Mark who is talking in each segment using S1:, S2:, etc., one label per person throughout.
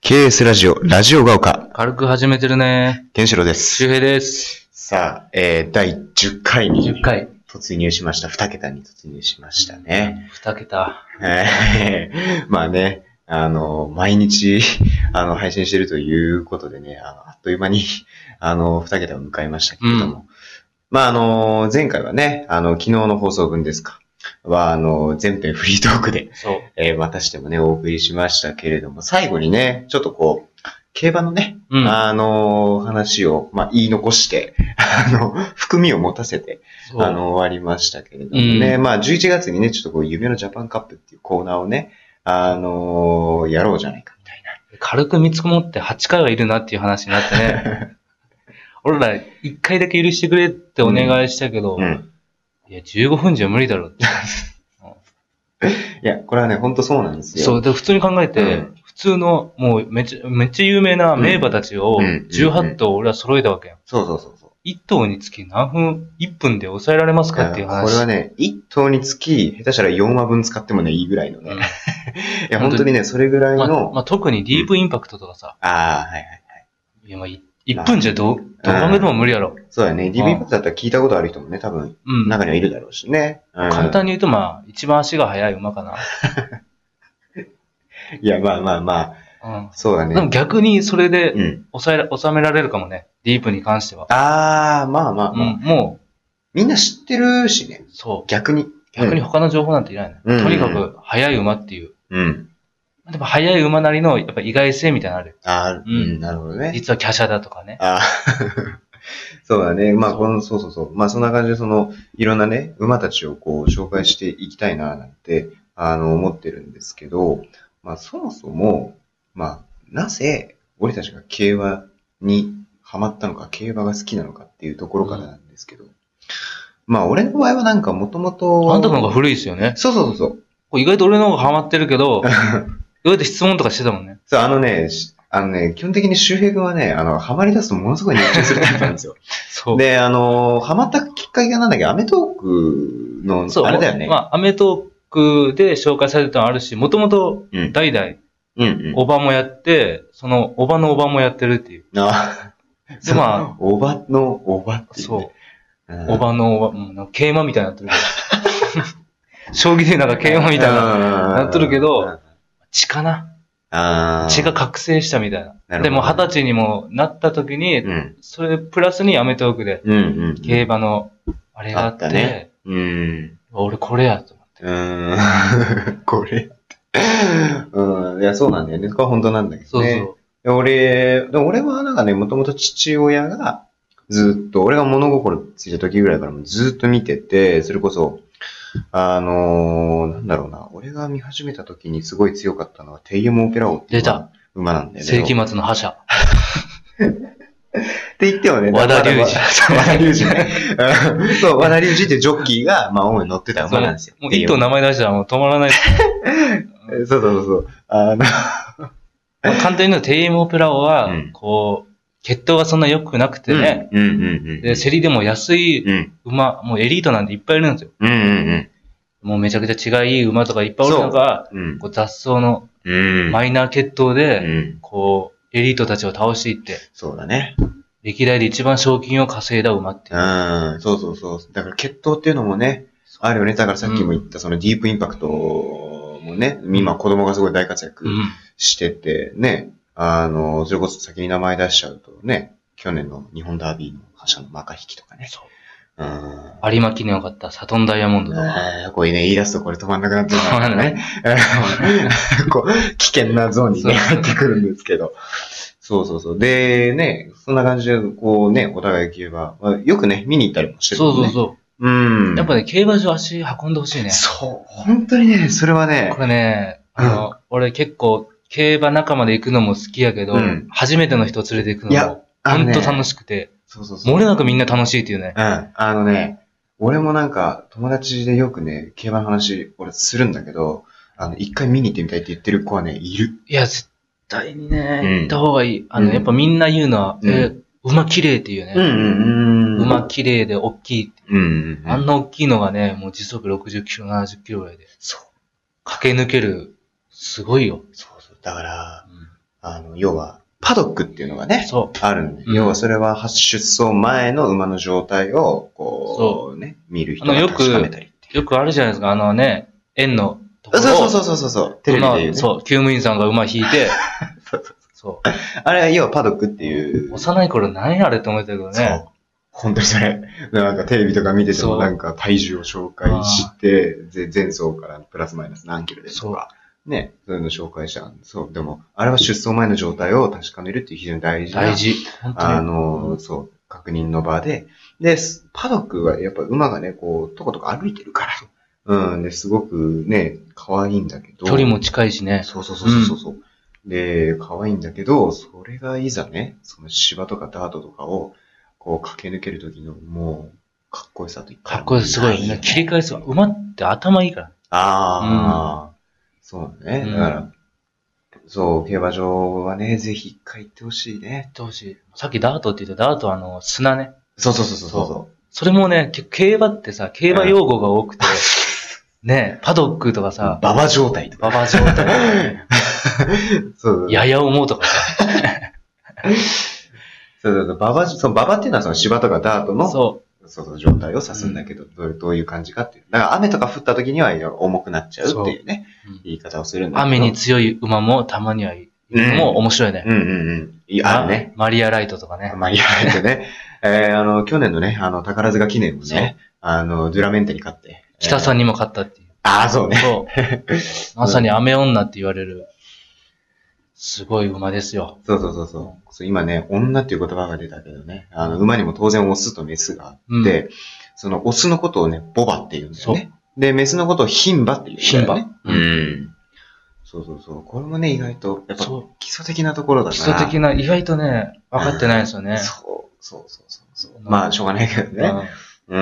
S1: KS ラジオ、ラジオが丘、
S2: 軽く始めてるね。
S1: ケンシロウです。
S2: 周平です。
S1: さあ、えー、第10回に
S2: 10回、
S1: 突入しました。2桁に突入しましたね。
S2: 2桁。
S1: えー まあね、あの、毎日、 あの、配信してるということでね、あのあっという間に、 あの、2桁を迎えましたけれども。まあ、あの、前回はね、あの、昨日の放送分ですか。は、あの、全編フリートークで、
S2: そう。
S1: えーまたしてもね、お送りしましたけれども、最後にね、ちょっとこう、競馬のね、
S2: うん
S1: あのー話を、まあ、言い残して、 あの、含みを持たせて、
S2: そう
S1: あの、終わりましたけれどもね、
S2: う
S1: まあ、11月にね、ちょっとこう、夢のジャパンカップっていうコーナーをね、あのーやろうじゃないかみたい
S2: 軽く見積もって8回はいるなっていう話になって ね。俺ら1回だけ許してくれってお願いしたけど、
S1: な。うん。
S2: いや、15分じゃ無理だろって。
S1: いや、これはね、ほんとそうなんですよ。
S2: そう、で、普通に考えて、
S1: うん
S2: 普通の、もうめっちゃ、めっちゃ有名な名馬たちを
S1: うんうん
S2: 18頭俺は揃えたわけやん。
S1: そうそうそうそう。
S2: 1頭につき何分、1分で抑えられますかっていう話。
S1: これはね、1頭につき、下手したら4話分使ってもね、いいぐらいのね。
S2: うん
S1: いや、本当にね、それぐらい
S2: まあ
S1: の、
S2: まあ、特にディープインパクトとかさ、
S1: ああ、はいはい。
S2: いやまあい1分じゃどう、どう考えても無理やろ。
S1: そうだね。リビングだったら聞いたことある人もね、多分、
S2: うん。
S1: 中にはいるだろうしね。うん
S2: 簡単に言うと、まあ、一番足が速い馬か
S1: いや、まあまあまあ、
S2: な。
S1: そうだ
S2: うん。でも
S1: ね。
S2: 逆にそれで
S1: うん。
S2: 抑えら、収められるかもね。ディープに関しては。
S1: ああ、まあまあ
S2: うん、
S1: まあ。
S2: も
S1: みんな知ってるしね
S2: う、。そう。
S1: 逆に。
S2: 逆に他の情報なんていらない、
S1: うん
S2: とにかく、速い馬っていう。
S1: うん。うん。
S2: でも、速い馬なりの、やっぱ意外性みたいなのある。
S1: ああ、う
S2: うん
S1: ん、なるほどね。
S2: 実は華奢だとかね。
S1: ああ。 そうだね。まあ、この、そうそうそう。まあ、そんな感じで、その、いろんなね、馬たちをこう、紹介していきたいな、なんて、あの、思ってるんですけど、まあ、そもそも、まあ、なぜ、俺たちが競馬にハマったのか、競馬が好きなのかっていうところからなんですけど、まあ、俺の場合はなんか、もともと、
S2: あんたの方が古いですよね。
S1: そうそうそうそう。
S2: これ意外と俺の方がハマってる けど、意外と質問とかしてたもんね。
S1: そう、あのね、しあのね、基本的に周平君はね、あの、ハマり出すとものすごい熱中するタイプなんですよ。
S2: そう。
S1: で、あのーハマったきっかけがなんだっけ、アメトークの、
S2: そう。
S1: あれだよね。
S2: まあ、アメトークで紹介されてたのあるし、もともと
S1: うん、
S2: 代々、
S1: うん、うん。
S2: おばもやって、そのおばのおばもやってるっていう。
S1: あ
S2: で、まあ、
S1: おばのおばっていうね、
S2: そうう、
S1: ん。
S2: おばのおば、うんなんか桂馬みたいになってる。 将棋でなんか桂馬みたいな。
S1: な
S2: なっとるけど、血かな
S1: あー
S2: 血が覚醒したみたいな。
S1: なるほど
S2: でも二十歳にもなった時に、
S1: うん。
S2: それプラスにアメトークで
S1: うん、うん。
S2: 競馬のあれがあっ
S1: あ
S2: て、
S1: ったねうん。
S2: 俺これやと思って。
S1: うーん。 これ。うん。いや、そうなんだよね。そこは本当なんだけ
S2: そ
S1: ど
S2: う
S1: ね。
S2: そう。
S1: で俺、で俺はなんかね、もともと父親がずっと、俺が物心ついた時ぐらいからもずっと見てて、それこそ、あのーなんだろうな、俺が見始めた時にすごい強かったのは、テイエムオペラ王っていう
S2: 出た
S1: 馬なんだよね。
S2: 世紀末の覇者。
S1: って言ってもね、
S2: 和田龍二
S1: そう和田龍二ね。うん そう、和田龍二ってジョッキーが、まあ、主に乗ってた馬なんですよ。
S2: もう一頭名前出したらもう止まらない。
S1: テイエムそうそうそう。あの、
S2: まあ簡単に言うと、テイエムオペラ王は
S1: うん、
S2: こう、血統がそんな良くなくてね、
S1: うんうんうんうん。
S2: で、競りでも安い
S1: うん。
S2: 馬、もうエリートなんていっぱいいるんですよ。
S1: うんうん
S2: もうめちゃくちゃ違いい馬とかいっぱいおる中、
S1: うん。うん
S2: こう雑草の
S1: うん。
S2: マイナー血統
S1: う
S2: で、
S1: ん。
S2: こう、エリートたちを倒していって、
S1: そうだね。
S2: 歴代で一番賞金を稼いだ馬っていう。
S1: うん、そうそうそう。だから血統っていうのもね、あるよね。だからさっきも言ったそのディープインパクトもね、今子供がすごい大活躍
S2: うん。
S1: してて、ね、あの、それこそ先に名前出しちゃうとね、去年の日本ダービーの覇者のマカ引きとかね。
S2: そう
S1: うん。
S2: 有馬記念よかった、サトンダイヤモンドとか。
S1: あーこういうね、言い出すとこれ止まんなくなってる
S2: そう
S1: か
S2: な
S1: ら
S2: んだ ね。
S1: うんこう、危険なゾーンにね、
S2: そ
S1: 入
S2: う
S1: ってくるんですけど。そうそうそう。で、ね、そんな感じで、こうね、お互い競馬、まあよくね、見に行ったりもしてる
S2: そ
S1: も
S2: うんそ
S1: ね
S2: うそ
S1: うん。
S2: う。やっぱね、競馬場足運んでほしいね。
S1: そう。本当にね、それはね
S2: こ、れね、あの、俺結構、競馬仲間で行くのも好きやけど、
S1: うん
S2: 初めての人連れて行く
S1: い
S2: の
S1: や
S2: も、
S1: あ
S2: ほ
S1: の
S2: ん
S1: ね
S2: と楽しくて、
S1: そうそうそう。
S2: 漏れなくみんな楽しいっていうね。
S1: うん。あのね、俺もなんか、友達でよくね、競馬の話、俺するんだけど、あの、一回見に行ってみたいって言ってる子はね、いる。
S2: いや、絶対にね、
S1: うん
S2: 行った方がいい。あ
S1: う
S2: の、
S1: ん
S2: やっぱみんな言うのは、
S1: うん
S2: えー馬綺麗っていうね。
S1: んう
S2: 馬綺麗で大きいって。
S1: うんうんうん。
S2: あんな大きいのがね、もう時速60キロ、70キロぐらいで。
S1: そう。
S2: 駆け抜ける。すごいよ。
S1: そうそう。だから、あの、要は、パドックっていうのがね、
S2: そ
S1: あるんで、
S2: うん
S1: 要はそれは出走前の馬の状態を、こう、ね、見る人が
S2: あのよく。
S1: 確かめたりっていう
S2: よくあるじゃないですか、あのね、円のとこ
S1: う。
S2: ろを。
S1: そうそうそうそうそう、テレビで言う、
S2: まあ
S1: ね。
S2: そう、救務員さんが馬引い て、そ
S1: あれは要はパドックっていう
S2: う。。幼い頃何やあれって思ってたけど
S1: そ
S2: ね。
S1: う。本当にそれ。なんかテレビとか見てて
S2: そ
S1: も
S2: う
S1: なんか体重を紹介して、ぜ前走からプラスマイナス何キロですとか。ね、そういうの紹介したんそう、でも、あれは出走前の状態を確かめるっていう非常に大事な。
S2: 大事。本
S1: あ
S2: 当に。う
S1: の、そう、確認の場で。で、すパドックはやっぱ馬がね、こう、とことか歩いてるから。うん、で、すごくね、可愛いんだけど。
S2: 距離も近いしね。
S1: そうそうそうそうそう。うで、可愛いんだけど、それがいざね、その芝とかダートとかを、こう駆け抜ける時の、もう、かっこよさといったら
S2: かっこいい、すごいよね。切り返すわ。馬って頭いいから。
S1: ああ、そうね。
S2: うん
S1: だから、そう、競馬場はね、ぜひ一回行ってほしいね。
S2: ってほしい。さっきダートって言ってたダートはあの、砂ね。
S1: そうそうそうそうそ
S2: それもね、結構競馬ってさ、競馬用語が多くて、ね、パドックとか
S1: う。バ
S2: さ、
S1: バ状態 とか。
S2: 馬場状態、
S1: そう
S2: やや思うとかさ、
S1: そうそうそう。馬場、その馬場っていうのはその芝とかダートの、そう
S2: そ
S1: そう状態を指すんだけど、どうどういう感じかっていう。だから雨とか降った時には重くなっちゃうっていうね、
S2: ううん。
S1: 言い方をするんだけど。
S2: 雨に強い馬もたまにはいい。
S1: うん
S2: もう面白いね。
S1: うんうんうん。いや、あるね。
S2: ママリアライトとかね。
S1: マリアライト ね。えー、あの、去年のね、あの、宝塚記念を
S2: そう
S1: ね、あの、デュラメンテに勝って。
S2: 北さ
S1: ん。
S2: んにも勝ったっていう。
S1: ああ、そうね。
S2: そう。まさに雨女って言われる、すごい馬ですよ。
S1: そうそうそうそう。そう今ね、女っていう言葉が出たけどね、あの、馬にも当然オスとメスがあって、
S2: うん
S1: そのオスのことをね、ボバって言うんだよね。で、メスのことをヒンバって言うんだよね。
S2: 牝馬うん
S1: うん。そうそうそう。これもね、意外と、やっぱ
S2: そ
S1: 基礎的なところだ
S2: う。
S1: な。
S2: 基礎的な、意外とね、分かってないんですよね。
S1: そう、そうそうそうそう。
S2: うん
S1: まあ、しょうがないけど
S2: う
S1: ね。
S2: ん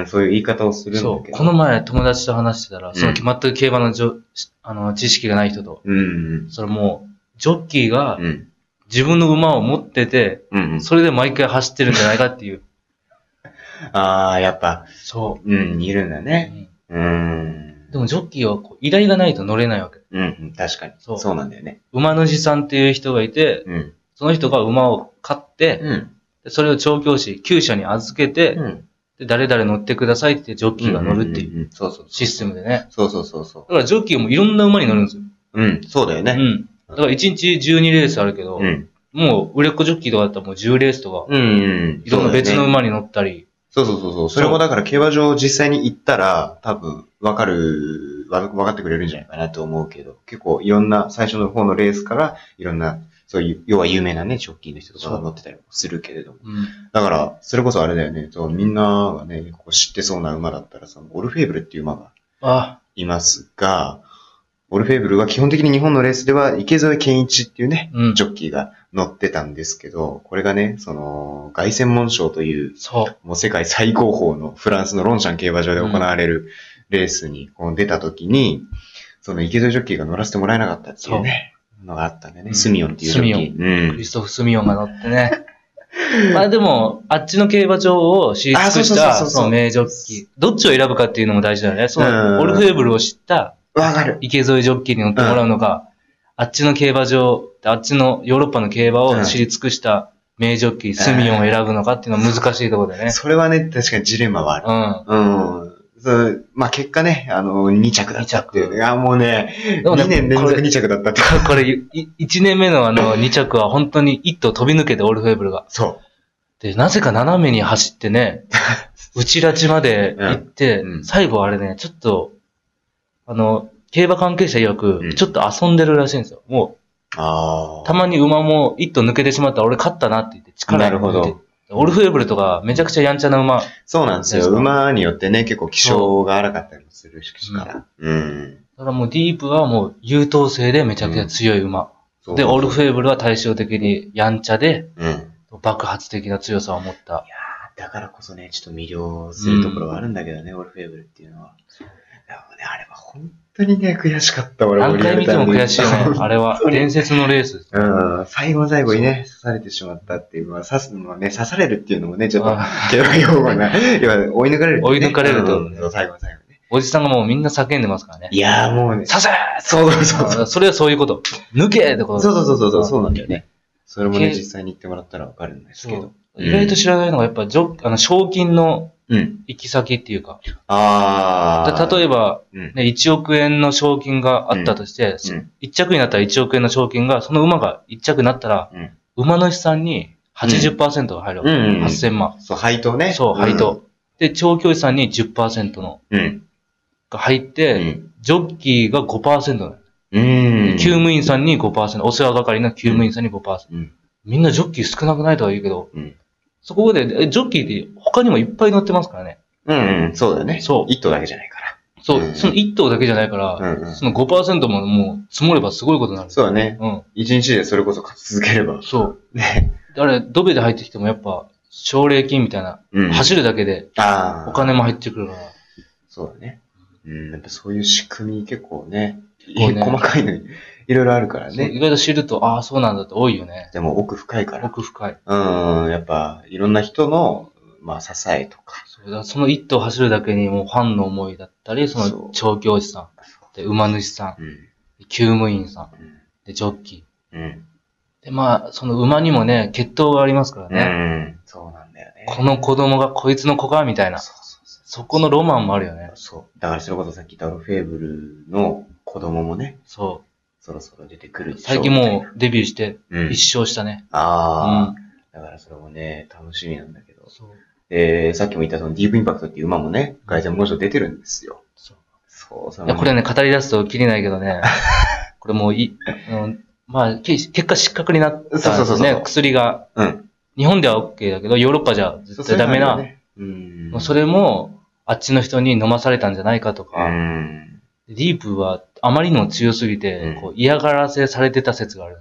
S1: うん、そういう言い方をするんだけど
S2: そ。う。この前友達と話してたら、その全く競馬のじょ、あの知識がない人と、
S1: うんうん。
S2: それもう、ジョッキーが
S1: うん。
S2: 自分の馬を持ってて、
S1: うんうん。
S2: それで毎回走ってるんじゃないかっていう。
S1: ああ、やっぱ、
S2: そ
S1: うん、いるんだ
S2: う。
S1: ね。うーん。
S2: でもジョッキーはこう依頼がないと乗れないわけ。
S1: うんうん、確かに。
S2: そう
S1: そうなんだよね。
S2: 馬主さんっていう人がいて、
S1: うん。
S2: その人が馬を買って、
S1: うん。
S2: でそれを調教師、厩舎に預けて、
S1: うん。
S2: で誰々乗ってくださいって言ってジョッキーが乗るっていう
S1: うんんん。そうそう。
S2: システムでね。
S1: そうそうそうそ
S2: だからジョッキーもいろんな馬に乗るんですよ。
S1: う。うん、そうだよ
S2: う
S1: ね。
S2: ん。だから1日12レースあるけど、
S1: うん。
S2: もう売れっ子ジョッキーとかだったらもう10レースとか、
S1: うんうん。
S2: いろんな別の
S1: そうだよね
S2: 馬に乗ったり、
S1: そうそうそうそう。それもだから競馬場実際に行ったら、多分、わかる、わ分かってくれるんじゃないかなと思うけど、結構いろんな、最初の方のレースから、いろんな、そういう、要は有名なね、直近の人とかが乗ってたりもするけれども。だから、それこそあれだよね、そうみんながね、こう知ってそうな馬だったら、そのオルフェーブルっていう馬が
S2: あ、
S1: いますが、オルフェーブルは基本的に日本のレースでは池添健一っていうね、
S2: うん
S1: ジョッキーが乗ってたんですけど、これがね、その、凱旋門賞という、
S2: そう。
S1: もう世界最高峰のフランスのロンシャン競馬場で行われるレースにこう出た時に、その池添ジョッキーが乗らせてもらえなかったっていうね、のがあったんだよね。
S2: うん
S1: スミオンっていうジョッキー。う
S2: ク
S1: ん
S2: リストフ・スミオンが乗っ てね。まあでも、あっちの競馬場を知り尽くし
S1: あそ
S2: た、
S1: うそうそうそう
S2: その名ジョッキー。どっちを選ぶかっていうのも大事だよね。そ
S1: うん
S2: の、オルフェーブルを知った
S1: わかる。
S2: 池添ジョッキーに乗ってもらうのか、あっちの競馬場、あっちのヨーロッパの競馬を知り尽くした名ジョッキー、スミオンを選ぶのかっていうのは難しいところでね。
S1: それはね、確かにジレンマはある。
S2: うん。
S1: うん。そうまあ結果ね、あの、2着だったっていう。
S2: 二着
S1: いや、もうね、
S2: で
S1: 2年連
S2: こ
S1: 続
S2: れ、
S1: 2着だったって。
S2: これ、い1年目のあの、2着は本当に一頭飛び抜けて、オルフェーブルが。
S1: そ
S2: で、なぜか斜めに走ってね、内拉致まで行って、
S1: うんうん
S2: 最後あれね、ちょっと、あの、競馬関係者曰く、
S1: うん
S2: ちょっと遊んでるらしいんですよ。も
S1: う。あ
S2: う、
S1: あ。
S2: たまに馬も一頭抜けてしまったら俺勝ったなって言って力
S1: なるほど
S2: 抜いて。オルフェーブルとかめちゃくちゃやんちゃな馬。
S1: そうなんですよ。
S2: ですか
S1: 馬によってね、結構気性が荒かったりもするしから。うん。
S2: だからもうディープはもう優等生でめちゃくちゃ強い馬。
S1: そう
S2: で、オルフェーブルは対照的にやんちゃで
S1: うん。
S2: 爆発的な強さを持った。
S1: だからこそね、ちょっと魅了するところはあるんだけどね、オルフェーブルっていうのは。でもね、あれは本当にね、悔しかった、俺
S2: 何回見ても悔しいよね。あれは
S1: 当に
S2: 伝説のレースです。
S1: うん、最後の最後にね、刺されてしまったっていう、まあ、刺すのはね、刺 されるっていうのもね、ちょっと、競馬用語な、要は追い抜かれるっていうね、
S2: 追い抜かれると
S1: うんそう最後の最後にね。
S2: おじさんがもうみんな叫んでますからね。
S1: いやーもうね、
S2: 刺せ
S1: そうそうそうそう。
S2: あそれはそういうこと。抜けってこと
S1: そうそうそうそう、
S2: ん
S1: そうなんだよね。それもね、
S2: け
S1: 実際に言ってもらったらわかるんですけど。
S2: そう意外と知らないのが、やっぱじょ、あの、賞金の
S1: うん。
S2: 行き先っていうか。
S1: あ
S2: た
S1: ー。
S2: 例え
S1: ば、
S2: ば、
S1: うん。
S2: ね、1億円の賞金があったとして、
S1: うん
S2: 1着になったら1億円の賞金が、その馬が1着になったら、
S1: うん
S2: 馬主さんに80%が入るわけ。
S1: うんうん
S2: 8000万。
S1: そう、配当ね。
S2: そう、配当。で、調教師さんに10%の
S1: うん。うん。
S2: が入っ
S1: う
S2: て、
S1: ん。
S2: ジョッキーが5%なの。
S1: うん。
S2: 厩務員さんに5%、お世話係の厩務員さんに5%。
S1: うん。
S2: みんなジョッキー少なくないとは言うけど、
S1: うん
S2: そこで、えジョッキーって他にもいっぱい乗ってますからね。
S1: うん、うん。そうだよね。
S2: そう
S1: 一頭だけじゃないか
S2: そう、
S1: うん
S2: その1頭だけじゃないから、
S1: ら。うんうん。
S2: その5%ももう積もればすごいことになる。
S1: そうだね。
S2: うん。
S1: 一日でそれこそ勝ち続ければ。
S2: そう。
S1: ね。
S2: あれ、ドベで入ってきてもやっぱ、奨励金みたいな、
S1: うん。
S2: 走るだけで
S1: ああ。
S2: お金も入ってくるから、
S1: そうだね。うん。やっぱそういう仕組み結構ね、
S2: 構ね
S1: 細かいのいろいろあるから
S2: そう意
S1: ね。
S2: 外と知ると、ああ、そうなんだって多いよね。
S1: でも奥深いから。
S2: 奥深い。
S1: うん。やっぱ、いろんな人の、まあ、支えとか。
S2: そうだからその一頭走るだけにもうファンの思いだったり、そ
S1: そ
S2: の
S1: う
S2: 調教師さん、で馬主さん、
S1: うん。
S2: 厩務員さん、
S1: うん
S2: でジョッキ
S1: うん。
S2: ー。で、まあ、その馬にもね、血統がありますから
S1: う
S2: ね。
S1: ん。そうなんだよね。
S2: この子供がこいつの子かみたいな。
S1: そうそうそう。
S2: そこのロマンもあるよね。
S1: そう。だからそれこそさっき言ったオルフェーブルの子供もね、
S2: そ
S1: そろそろ出てくる
S2: う。最近もうデビューして
S1: う、うん
S2: 一、勝したね。
S1: ああ、だからそれもね、楽しみなんだけど。
S2: そう。
S1: えー、さっきも言ったそのディープインパクトっていう馬もね、ガイちゃんもう一度出てるんですよ。
S2: そう
S1: そう、そ
S2: いや、これね、語り出すときりないけど ね。これもうい、うん、まあ、け結果失格になったんです
S1: そうそうそうそう
S2: ね。薬が。
S1: うん。
S2: 日本では OK だけど、ヨーロッパじゃ絶
S1: そう
S2: 対ダメな。
S1: そういうのあるよねうん。
S2: もうそれも、あっちの人に飲まされたんじゃないかと
S1: う
S2: か、
S1: ん。
S2: ディープはあまりにも強すぎ
S1: う
S2: て
S1: ん、
S2: こう嫌がらせされてた説がある。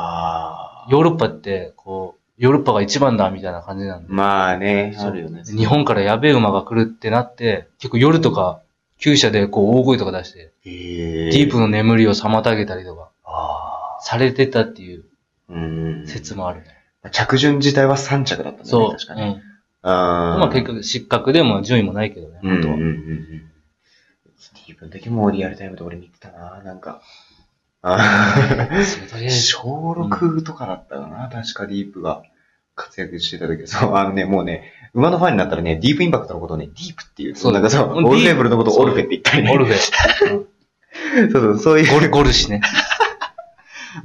S1: ああ。
S2: ヨーロッパって、こう、ヨーロッパが一番だみたいな感じなんで。
S1: まあね、
S2: そう
S1: あるよね。
S2: 日本からやべえ馬が来るってなって、結構夜とか、厩舎でこう大声とか出して、
S1: え
S2: ディープの眠りを妨げたりとか、
S1: あ
S2: されてたっていう
S1: あ。うん。
S2: 説もあるね。
S1: 着順自体は3着だったんだね、
S2: そう。
S1: 確か
S2: う
S1: ね。
S2: ん
S1: ああ。
S2: まあ結局失格でも順位もないけどね、
S1: うん
S2: 本
S1: う
S2: 当
S1: ん
S2: は
S1: うんうん。スティーブンだけもうリアルタイムで俺見てたな、なんか。あー
S2: そうとりあえず
S1: 小6とかだったかな、確かディープが活躍してた時。そう、あのね、もうね、馬のファンになったらね、ディープインパクトのことをね、ディープっていう、
S2: そう
S1: なんかそう、
S2: ディープ
S1: オルフェーブルのことをオルフェって言ったりね。
S2: オルフェ。うん
S1: そうそう、そういう、
S2: ゴル、ゴルシ ね。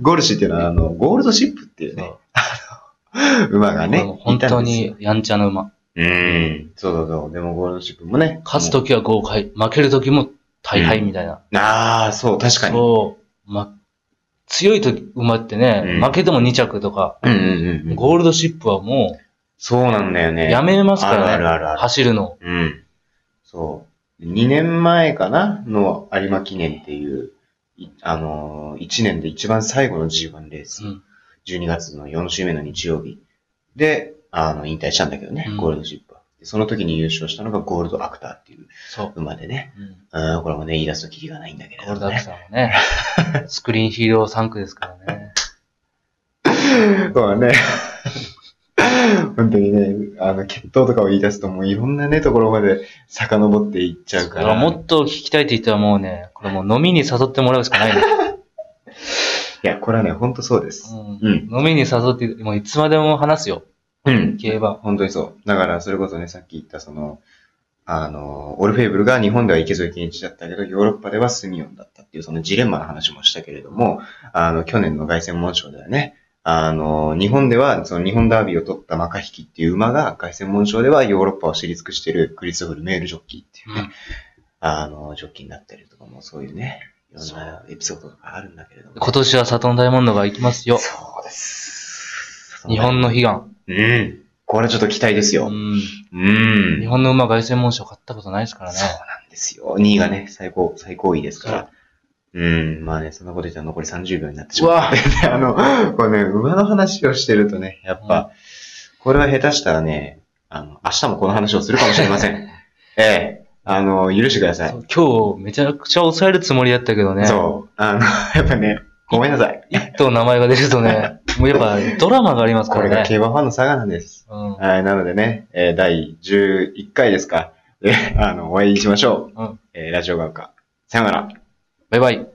S1: ゴルシっていうのは、あの、ゴールドシップっていうね、馬がね、
S2: 本当にやんちゃな馬。
S1: いたんですよ。うん。そうそうそう。でもゴールドシップもね。
S2: 勝つときは豪快、負けるときも大敗みたいな。
S1: ああ、そう、確かに。
S2: そう。ま、強いとき馬ってね、
S1: うん
S2: 負けても2着とか、
S1: うんうんうんうん。
S2: ゴールドシップはも
S1: そうなんだよ
S2: う、
S1: ね。
S2: やめますからね。
S1: あるあるあるある
S2: 走るの。
S1: うん。そう。2年前かなの有馬記念っていう、いあのー、1年で一番最後の G1 レース。
S2: うん
S1: 12月の4週目の日曜日。で、あの、引退したんだけどね、
S2: うん
S1: ゴールドシップは。でその時に優勝したのがゴールドアクターっていう
S2: そう。
S1: 馬でね。
S2: うん
S1: うん、これもね、言い出すとキリがないんだけれ
S2: ゴ
S1: ど、
S2: ー
S1: ね。
S2: ルドアクさんも ね、スクリーンヒーロー3区ですからね。
S1: そうだね。本当にね、あの、血統とかを言い出すともういろんなね、ところまで遡っていっちゃう
S2: だ
S1: か
S2: から
S1: ら。
S2: もっと聞きたいって人はもうね、これもう飲みに誘ってもらうしかない んです
S1: いや、これはね、本当そうです。
S2: う
S1: うんん。
S2: 飲みに誘って、もういつまでも話すよ。
S1: うん。
S2: 競馬。
S1: 本当にそう。だから、それこそね、さっき言ったその、あの、オルフェーブルが日本では池添健一だったけど、ヨーロッパではスミオンだったっていう、そのジレンマの話もしたけれども、あの、去年の凱旋門賞ではね、あの、日本では、その日本ダービーを取ったマカヒキっていう馬が、凱旋門賞ではヨーロッパを知り尽くしているクリスフル・メールジョッキーっていうね、あの、ジョッキーになってるとかも、そういうね、いろんなエピソードとかあるんだけれども。
S2: 今年はサトンダイモンドが行きますよ。
S1: そうです。
S2: 日本の悲願。
S1: うん。これはちょっと期待です
S2: う
S1: よ。
S2: ん。
S1: うん。
S2: 日本の馬凱旋門賞買ったことないですからね。
S1: そうなんですよ。2位がね、最高、最高位ですから。うん、まあね、そんなこと言ったら残り30秒になってしまう。
S2: わ
S1: あの、これね、馬の話をしてるとね、やっぱ、これは下手したらね、あの、明日もこの話をするかもしれません。 ええ、あの、許してください。
S2: そ
S1: そう
S2: 今日めちゃくちゃ抑えるつもりだったけど
S1: う,、
S2: ね。
S1: あの、 やっぱね、ごめんなさい。
S2: と名前が出るとね、もうやっぱドラマがありますか
S1: これが
S2: らね。
S1: 競馬ファンの差がなんです。
S2: うん。
S1: はい、なのでね、えー第11回ですか。えあの、お会いしましょう。
S2: うん
S1: え
S3: ラジオ学科。さよなら。
S1: バイバイ。